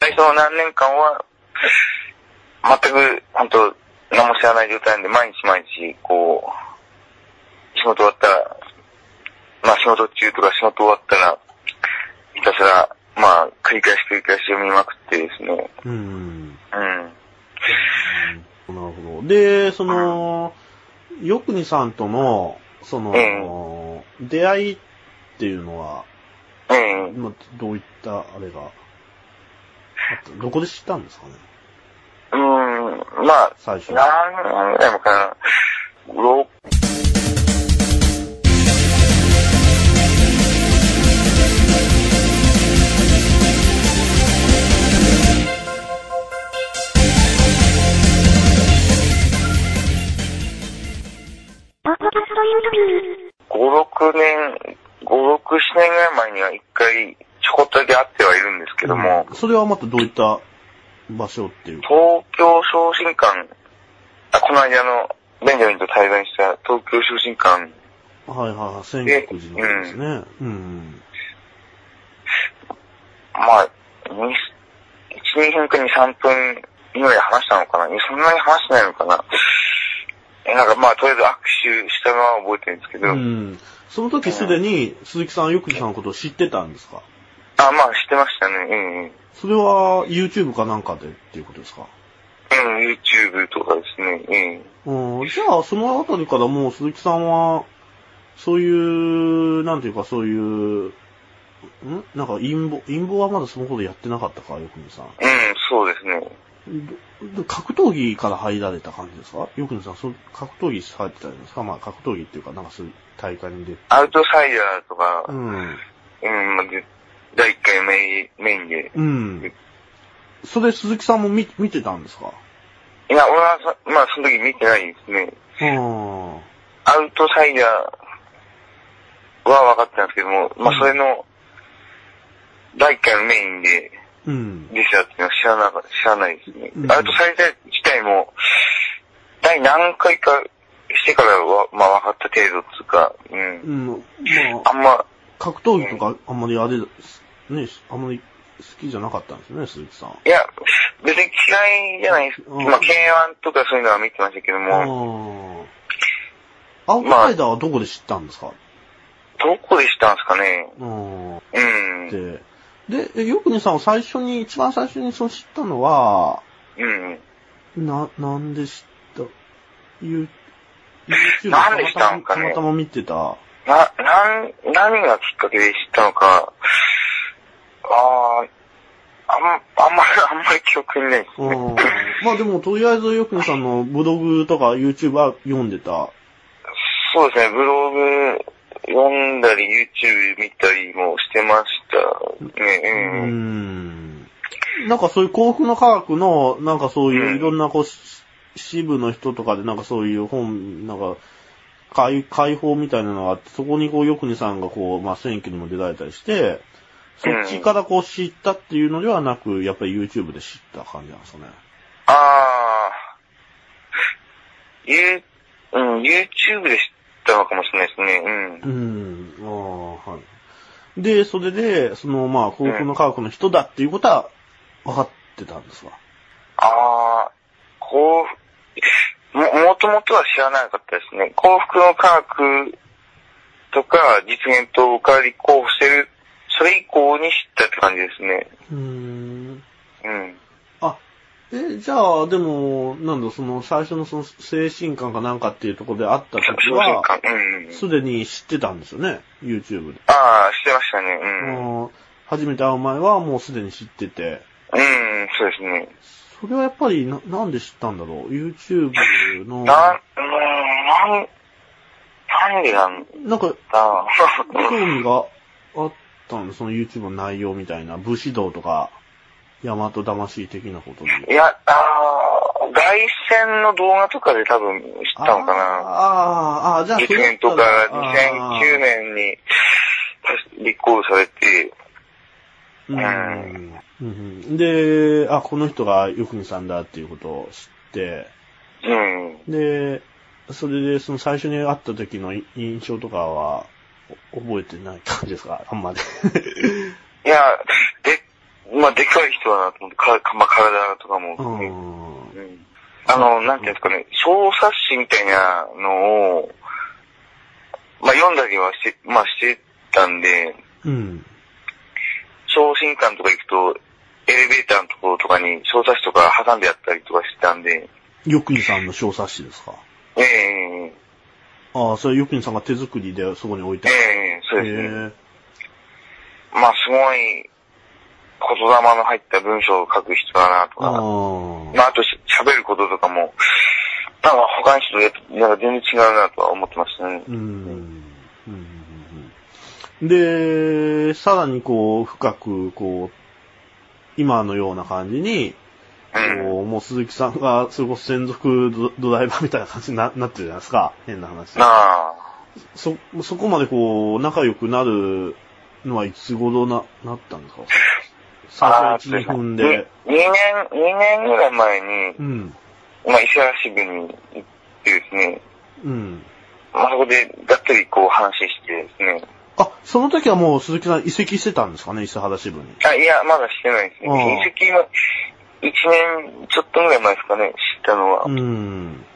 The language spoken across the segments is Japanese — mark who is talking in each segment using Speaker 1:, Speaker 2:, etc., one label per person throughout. Speaker 1: 最初の何年間は、全く、本当何も知らない状態なんで、毎日毎日、こう、仕事終わったら、まあ仕事中とか仕事終わったら、ひたすら、まあ、繰り返し繰り返し読みまくってですね。
Speaker 2: う
Speaker 1: う
Speaker 2: ん。
Speaker 1: ん。
Speaker 2: なるほど。で、その、よくにさんとの、その、出会いっていうのは、
Speaker 1: ええ
Speaker 2: まあどういったあれが、あったどこで知ったんですかね
Speaker 1: うん、まあ、
Speaker 2: 最初。
Speaker 1: 何年もかな。6、5、6年、5、6、7年ぐらい前には一回、ちょこっとだけ会ってはいるんですけども、
Speaker 2: うんそれはまたどういった場所っていうか。
Speaker 1: 東京昇進館、あ、この間の、ベンジャミンと対談した東京昇進館
Speaker 2: はいはいはい、戦国寺のですね。うん。
Speaker 1: まあ、に1、2分か2、3分ぐらい話したのかなそんなに話してないのかなえなんかまあ、とりあえず握手したのは覚えてるんですけ
Speaker 2: う
Speaker 1: ど、
Speaker 2: ん。その時すでに鈴木さん、よくにさんのことを知ってたんですか
Speaker 1: あ、まあ、知ってましたね。うんうん。
Speaker 2: それは YouTube かなんかでっていうことですか
Speaker 1: うん、YouTube とかですね。
Speaker 2: うん、じゃあ、そのあたりからもう鈴木さんは、そういう、なんていうか、そういう、んなんか陰謀、陰謀はまだそのことやってなかったか、よくみさん。
Speaker 1: うん。うん、そうですね。
Speaker 2: ど格闘技から入られた感じですかよくみさん、そう格闘技入ってたんですかまあ、格闘技っていうか、なんかそういう大会に出て。
Speaker 1: アウトサイダーとか、う、
Speaker 2: うんん。
Speaker 1: まあ、で第1回メインメインで。
Speaker 2: うん。それ鈴木さんも見見てたんですか
Speaker 1: いや、俺はそ、まあ、その時見てないですね。
Speaker 2: うん。
Speaker 1: アウトサイダーは分かってたんですけども、まあ、それの、第1回のメインで、
Speaker 2: うん。
Speaker 1: でしたっていうのは知らなか知らないですね。
Speaker 2: うん
Speaker 1: アウトサイダー自体も、第何回かしてからは、まあ、分かった程度っていうか、う。
Speaker 2: うんん。まあ
Speaker 1: あんま、
Speaker 2: 格闘技とかあんまりあれ、ね、あんまり好きじゃなかったんですね、鈴木さん。
Speaker 1: いや、別に嫌いじゃないです。
Speaker 2: うん
Speaker 1: まあ、K1 とかそういうのは見てましたけども、
Speaker 2: あーアウトサイダーはどこで知ったんですか、
Speaker 1: どこでしたんですかね。
Speaker 2: うん。
Speaker 1: うん。
Speaker 2: で、で、えよくねさんは最初に、一番最初にそう知ったのは、
Speaker 1: うん。
Speaker 2: な、なんで知った、ゆ、YouTube
Speaker 1: なんで知ったんかね
Speaker 2: たまたま見てた。
Speaker 1: な、なん、何がきっかけで知ったのか、ああ、あん、あんまり、 あんまり記憶にないです
Speaker 2: うん
Speaker 1: ね。。
Speaker 2: まあでも、とりあえずよくねさんのブログとか YouTube は読んでた。
Speaker 1: そうですね、ブログ読んだり、YouTube 見たりもしてましたね。
Speaker 2: う
Speaker 1: うん。
Speaker 2: んなんかそういう幸福の科学の、なんかそういううんいろんなこう、し支部の人とかでなんかそういう本、なんか、解、解放みたいなのがあって、そこにこう、よくにさんがこう、まあ、選挙にも出られたりして、そっちからこう知ったっていうのではなく、やっぱり YouTube で知った感じなんですかね。
Speaker 1: ああ、ゆ、うん、YouTube で知ったのかもしれないですね。うん
Speaker 2: う。ん、ああ、はい。で、それで、その、まあ、幸福の科学の人だっていうことは、分かってたんですか
Speaker 1: ああ、幸福、も、もともとは知らなかったですね。幸福の科学とか実現党が立候補してる、それ以降に知ったって感じですね。
Speaker 2: うーん。
Speaker 1: うん。
Speaker 2: あ、え、じゃあ、でも、なんだ、その、最初のその、精神感かなんかっていうところで会った時
Speaker 1: 精神
Speaker 2: は、
Speaker 1: 感。うん。
Speaker 2: すでに知ってたんですよね、YouTube で。
Speaker 1: ああ、してましたね。
Speaker 2: あ
Speaker 1: うん。
Speaker 2: の初めて会う前はもうすでに知ってて、
Speaker 1: うん、そうですね。
Speaker 2: それはやっぱりな、なんで知ったんだろう ?YouTube の、
Speaker 1: な、
Speaker 2: なん
Speaker 1: うん、なん、なんでなん
Speaker 2: んか、
Speaker 1: だ
Speaker 2: 興味があったの、その YouTube の内容みたいな、武士道とか、大和魂的なことに。
Speaker 1: いや、ああ、外線の動画とかで多分知ったのかな。
Speaker 2: あーあー、じゃあ、
Speaker 1: 実
Speaker 2: それだっ
Speaker 1: 現
Speaker 2: た
Speaker 1: とか、
Speaker 2: ら
Speaker 1: 2009年に立候補されて、
Speaker 2: うんうんで、あ、この人がよくにさんだっていうことを知って、
Speaker 1: うん。
Speaker 2: で、それでその最初に会った時のい印象とか はお覚えてない感じですかあんまり。
Speaker 1: いや、で、まあ、でかい人だなと思って、か、かまあ、体とかも
Speaker 2: う
Speaker 1: 含めて
Speaker 2: ん。
Speaker 1: うんあの、なんていうんですかね、小冊子みたいなのを、まあ、読んだりはして、まあ、してたんで、
Speaker 2: うん。
Speaker 1: 小新館とか行くと、エレベーターのところとかに小冊子とか挟んであったりとかしてたんで、
Speaker 2: よくにさんの小冊子ですか
Speaker 1: ええ
Speaker 2: ああ、それよくにさんが手作りでそこに置いて
Speaker 1: え
Speaker 2: ある。
Speaker 1: えそうですね。
Speaker 2: へ
Speaker 1: まあ、すごい、言霊の入った文章を書く人だなと
Speaker 2: ああ
Speaker 1: か、まあ、あとし喋ることとかも、なんか他の人とやっぱなんか全然違うなとは思ってましたね。
Speaker 2: うんうんうんうんで、さらにこう、深く、こう、今のような感じに、
Speaker 1: うん。
Speaker 2: こうもう鈴木さんが、それこそ専属ドドライバーみたいな感じにななってるじゃないですか。変な話。
Speaker 1: なあ。
Speaker 2: そ、そこまでこう、仲良くなるのはいつ頃な、なったんですか最
Speaker 1: あ
Speaker 2: 初は1、2分で。
Speaker 1: 2年、二年ぐらい前に、
Speaker 2: うん。
Speaker 1: まあ、石原支部に行ってですね、
Speaker 2: うん。
Speaker 1: まあ、そこでがっつりこう話してですね、
Speaker 2: あ、その時はもう鈴木さん移籍してたんですかね、伊勢原支部に。
Speaker 1: あ、いや、まだしてないです
Speaker 2: うん
Speaker 1: ね。移籍も、1年ちょっとぐらい前ですかね、知ったのは。
Speaker 2: う
Speaker 1: うん。
Speaker 2: ん。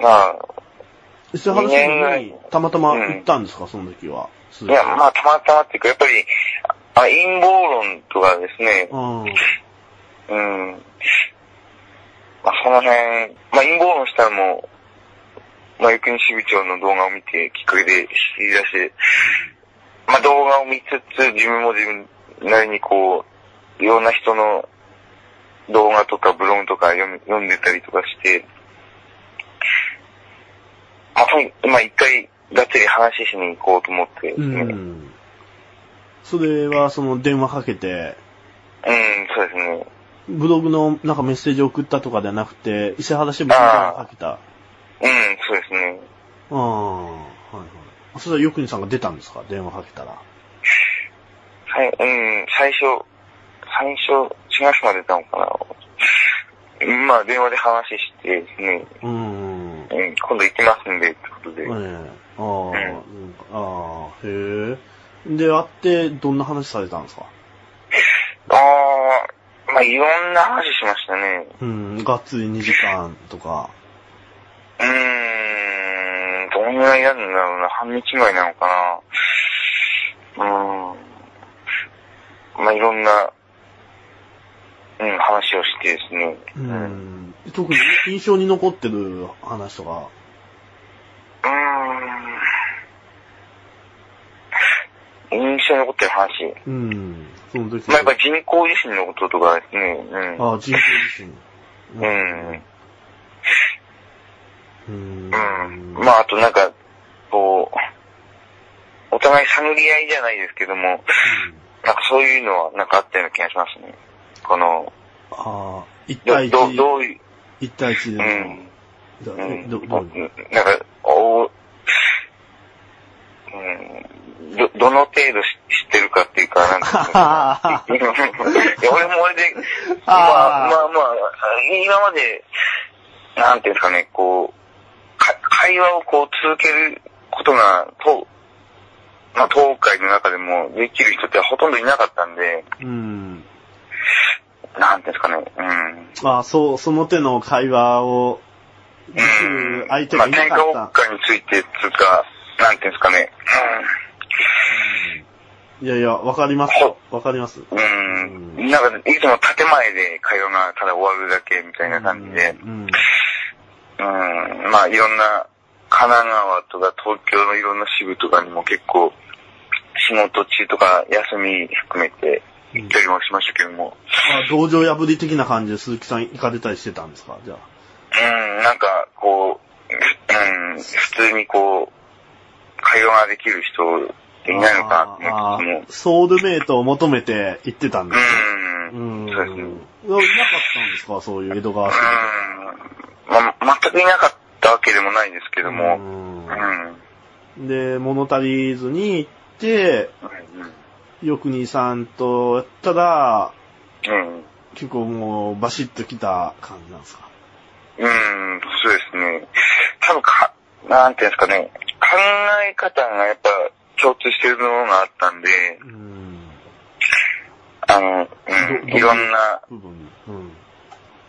Speaker 1: まあ、
Speaker 2: 伊勢原支
Speaker 1: 二年ぐら
Speaker 2: 部
Speaker 1: い
Speaker 2: にたまたま行ったんですか、その時は。
Speaker 1: い
Speaker 2: 鈴木
Speaker 1: や、
Speaker 2: さん。
Speaker 1: まあ、たまたまっていうか、やっぱり、あ陰謀論とかですね、
Speaker 2: うん。
Speaker 1: うん。まあ、その辺、まあ、陰謀論したのも、まあ、ゆくに支部長の動画を見て、きっかけで知り出して、まあ、動画を見つつ、自分も自分なりにこう、いろんな人の動画とかブログとか読み読んでたりとかして、まあ、とにまあ、一回、がっつり話しに行こうと思って、
Speaker 2: う
Speaker 1: うん、うん
Speaker 2: ん。それは、その電話かけて、
Speaker 1: そうですね。
Speaker 2: ブログのなんかメッセージを送ったとかではなくて、伊勢原支部に電話かけた。
Speaker 1: うん、そうですね。
Speaker 2: ああ、はいはい。それはよくにさんが出たんですか電話かけたら。
Speaker 1: はい、うん、最初、最初、茅ヶ島出たのかな。まあ、電話で話してですね、
Speaker 2: うーん。え
Speaker 1: うん、今度行きますんで、ってこと
Speaker 2: え
Speaker 1: で。
Speaker 2: ああ、うんああ、へえ。で、会って、どんな話されたんですか
Speaker 1: ああ、まあ、いろんな話しましたね。
Speaker 2: うん、がっつり2時間とか。
Speaker 1: うーん、どんぐらいやるんだろうな、半日ぐらいなのかな。うーん。まあ、いろんな、うん、話をしてですね。
Speaker 2: う
Speaker 1: うんうん
Speaker 2: ん。特に印象に残ってる話とか。
Speaker 1: 印象に残ってる話。
Speaker 2: うん。その時。
Speaker 1: まあ、やっぱ人工地震のこととかですね。うん。
Speaker 2: ああ、人工地震。
Speaker 1: うん。
Speaker 2: う
Speaker 1: うん。
Speaker 2: ん。
Speaker 1: まあ、あとなんか、こう、お互い探り合いじゃないですけども、なんかそういうのはなんかあったような気がしますね。この、
Speaker 2: ああ、1
Speaker 1: ど、
Speaker 2: 対
Speaker 1: ど
Speaker 2: 1。
Speaker 1: どういう、
Speaker 2: 1対1
Speaker 1: う
Speaker 2: で
Speaker 1: ん。
Speaker 2: の。
Speaker 1: う
Speaker 2: え
Speaker 1: ん。
Speaker 2: ど、ど
Speaker 1: なん
Speaker 2: ういう
Speaker 1: か、おうん、ど、どの程度し知ってるかっていうか、なん か、いや俺も俺で、ま
Speaker 2: あ
Speaker 1: あ
Speaker 2: ー
Speaker 1: まあまあ、今まで、なんていうんですかね、こう、か会話をこう続けることが、とまあ、東海の中でもできる人ってほとんどいなかったんで、
Speaker 2: うん。
Speaker 1: なんていうんですかね、うん。
Speaker 2: まあ、そう、その手の会話を、できる相手がいな
Speaker 1: まあ、
Speaker 2: か
Speaker 1: 天
Speaker 2: っ
Speaker 1: 下
Speaker 2: た。
Speaker 1: 国家について、つうか、なんていうんですかね、
Speaker 2: いやいや、わかりますよ。わかります。
Speaker 1: うん、うん、なんか、いつも建前で会話がただ終わるだけみたいな感じで、
Speaker 2: う
Speaker 1: うん、
Speaker 2: ん。
Speaker 1: まあいろんな、神奈川とか東京のいろんな支部とかにも結構、仕事中とか休み含めて行ったりもしましたけども、
Speaker 2: まあ、道場破り的な感じで鈴木さん行かれたりしてたんですかじゃあ。
Speaker 1: うん、なんかこう、うん、普通にこう、会話ができる人いないのかな
Speaker 2: あ
Speaker 1: っ
Speaker 2: ー
Speaker 1: て思って
Speaker 2: ソウルメイトを求めて行ってたんで
Speaker 1: も
Speaker 2: すよ。
Speaker 1: う、
Speaker 2: うん。
Speaker 1: ん、
Speaker 2: い
Speaker 1: そ
Speaker 2: や
Speaker 1: う
Speaker 2: い
Speaker 1: ですね。うん、
Speaker 2: なかったんですかそういう江戸川市。
Speaker 1: まあ、全くいなかったわけでもないんですけども、うん、
Speaker 2: うん。で、物足りずに行って、よくにさんとやったら、
Speaker 1: うん、うん。
Speaker 2: 結構もうバシッと来た感じなんですか
Speaker 1: うーん、そうですね。多分か、なんていうんですかね、考え方がやっぱ共通してるものがあったんで、
Speaker 2: うん。
Speaker 1: あの、うん、いろんな、
Speaker 2: 部分。うん。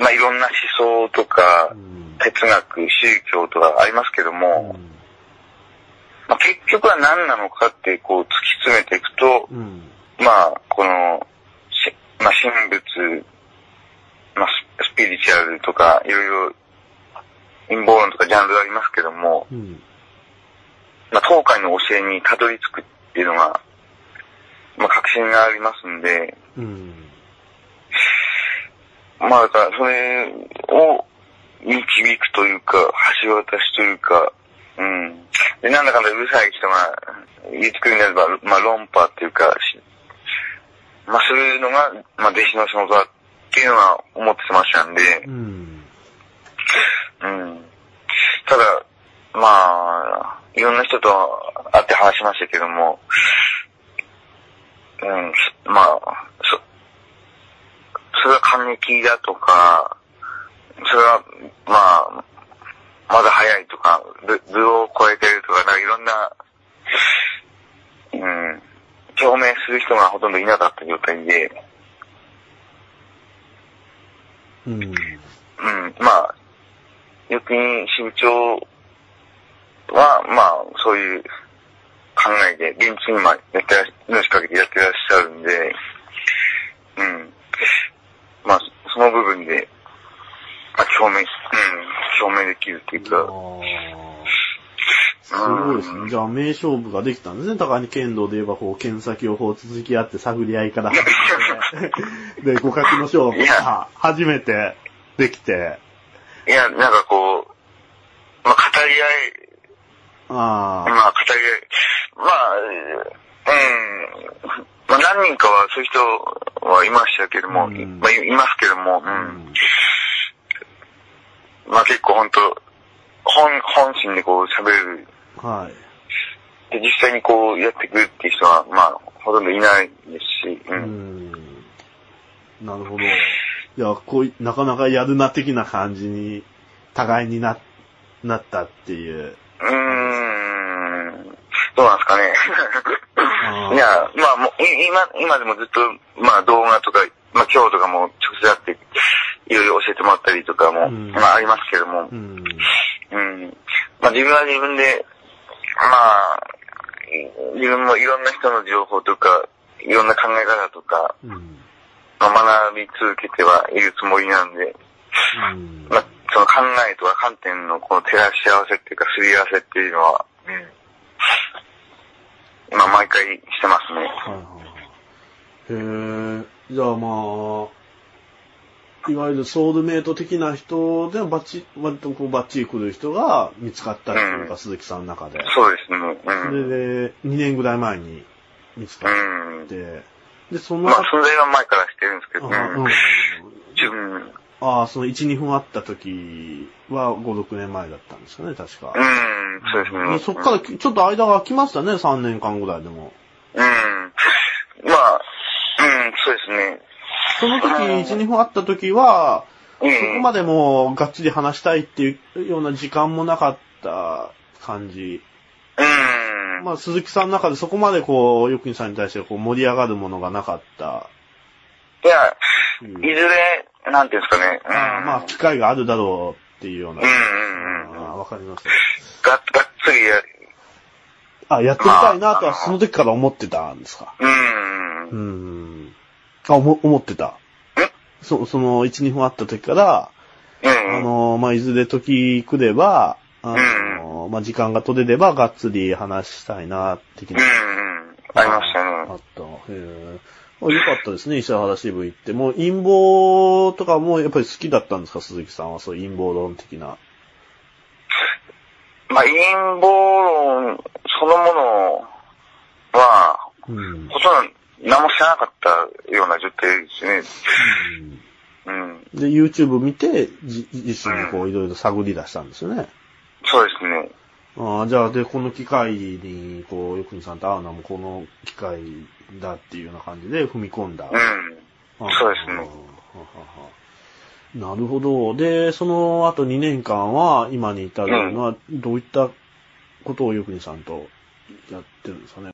Speaker 1: まあ、いろんな思想と
Speaker 2: う
Speaker 1: か、
Speaker 2: ん。
Speaker 1: 哲学、宗教とかありますけども、まあ、結局は何なのかってこう突き詰めていくと、
Speaker 2: うん。
Speaker 1: まあ、この、しまあ、神仏、まあ、ススピリチュアルとか、いろいろ、陰謀論とかジャンルありますけども、
Speaker 2: うん。
Speaker 1: まあ、東海の教えにたどり着くっていうのが、まあ、確信がありますんで、
Speaker 2: うん。
Speaker 1: まあ、だから、それを、に響くというか、橋渡しというか、うん。で、なんだかんだうるさい人が言ってくるんであれば、まあ、論破っていうか、しまあ、そういうのが、まあ、弟子の仕事だっていうのは思ってましたんで、
Speaker 2: うん。
Speaker 1: うん。ただ、まあ、いろんな人と会って話しましたけども、うん、まあ、そ、それは感激だとか、それは、まあ、まだ早いとか、ぶ図を超えてるとか、なんかいろんな、うん、共鳴する人がほとんどいなかった状態で、
Speaker 2: うん。
Speaker 1: うん、まあ、よくに支部長は、まあ、そういう考えで、現地に今やってらっし命かけてやってらっしゃるんで、うん。まあ、その部分で、まあ、表明、うん、表明できるっていう
Speaker 2: あ
Speaker 1: か、
Speaker 2: ーすごいですね。じゃあ、名勝負ができたんですね。互いに剣道で言えば、こう、剣先をこう続き合って探り合いから始めて、で、互角の勝負
Speaker 1: い
Speaker 2: が
Speaker 1: や
Speaker 2: 初めてできて、
Speaker 1: いや、なんかこう、まあ、語り合い、
Speaker 2: ああ、
Speaker 1: まあ、語り合い、まあ、うん、まあ何人かはそういう人はいましたけども、
Speaker 2: うん
Speaker 1: いまあいいますけども、う、
Speaker 2: うん
Speaker 1: まあ結構本当本、本心でこう喋る。
Speaker 2: はい。
Speaker 1: で、実際にこうやってくるっていう人は、まあ、ほとんどいないですし、う。
Speaker 2: うんん。なるほど。いや、こうい、なかなかやるな的な感じに、互いにな、なったっていう。
Speaker 1: うーん、どうなんですかね
Speaker 2: あー。
Speaker 1: いや、まあもう、い今、今でもずっと、まあ動画とか、まあ今日とかも直接会って、いろいろ教えてもらったりとかも、
Speaker 2: うん
Speaker 1: まあありますけども、
Speaker 2: うん。
Speaker 1: うん。まあ自分は自分で、まあ、い自分もいろんな人の情報とか、いろんな考え方とか、
Speaker 2: うん。
Speaker 1: まあ、学び続けてはいるつもりなんで、
Speaker 2: うん
Speaker 1: まあ、その考えとか観点のこの照らし合わせっていうか、すり合わせっていうのは、うん。まあ、毎回してますね。
Speaker 2: はいはいはい。へえ、じゃあまあ、いわゆるソウルメイト的な人でバッチ、割とこうバッチリ来る人が見つかったりというか、
Speaker 1: うん
Speaker 2: 鈴木さんの中で。
Speaker 1: そうですね。う
Speaker 2: そ
Speaker 1: ん。う
Speaker 2: れで、2年ぐらい前に見つかっ
Speaker 1: ん。
Speaker 2: て、で、その
Speaker 1: まあ、
Speaker 2: 後、
Speaker 1: 存在は前からしてるんですけど、う
Speaker 2: あうん
Speaker 1: ん。自分、
Speaker 2: ああ、その1、2分あった時は5、6年前だったんですかね、確か
Speaker 1: う。ん、そうですね。
Speaker 2: そっからきちょっと間が空きましたね、3年間ぐらいでも。
Speaker 1: うん。まあ、うん、そうですね。
Speaker 2: その時、1、2分あった時は、
Speaker 1: うん
Speaker 2: そこまでもうがっちり話したいっていうような時間もなかった感じ。
Speaker 1: うん。
Speaker 2: まあ、鈴木さんの中でそこまでこう、よくにさんに対してこう盛り上がるものがなかった。
Speaker 1: いや、
Speaker 2: うん
Speaker 1: いずれ、なんていうんですかね。うん。
Speaker 2: まあ、機会があるだろうっていうような。
Speaker 1: うんうんうん。
Speaker 2: ああわかりました。
Speaker 1: が、がっつりや、
Speaker 2: あ、やってみたいなとはその時から思ってたんですか。
Speaker 1: うん。
Speaker 2: うーん。あ、思、思ってた。
Speaker 1: え
Speaker 2: そ、その、1、2分あった時から、
Speaker 1: う
Speaker 2: あ
Speaker 1: ん。
Speaker 2: のーまあ、いずれ時来れば、あのーまあ、時間が取れれば、がっつり話したいな、的
Speaker 1: う
Speaker 2: な。
Speaker 1: ん。ありました
Speaker 2: あ
Speaker 1: ね。
Speaker 2: った。へえ。あよかったですね、石原支部行って。もう陰謀とかもやっぱり好きだったんですか、鈴木さんは。そういう陰謀論的な。
Speaker 1: まあ、陰謀論そのものは、
Speaker 2: うん。
Speaker 1: ほとんど何もしてなかったような状態ですね。うん。
Speaker 2: で、YouTube 見て、じ自身でこう、いろいろ探り出したんですよね。
Speaker 1: そうですね。
Speaker 2: ああ、じゃあ、で、この機会に、こう、よくにさんと会うのもこの機会だっていうような感じで踏み込んだ。
Speaker 1: うん。
Speaker 2: ああ
Speaker 1: そうですね
Speaker 2: はははなるほど。で、その後2年間は、今に至るのは、どういったことをよくにさんとやってるんですかね。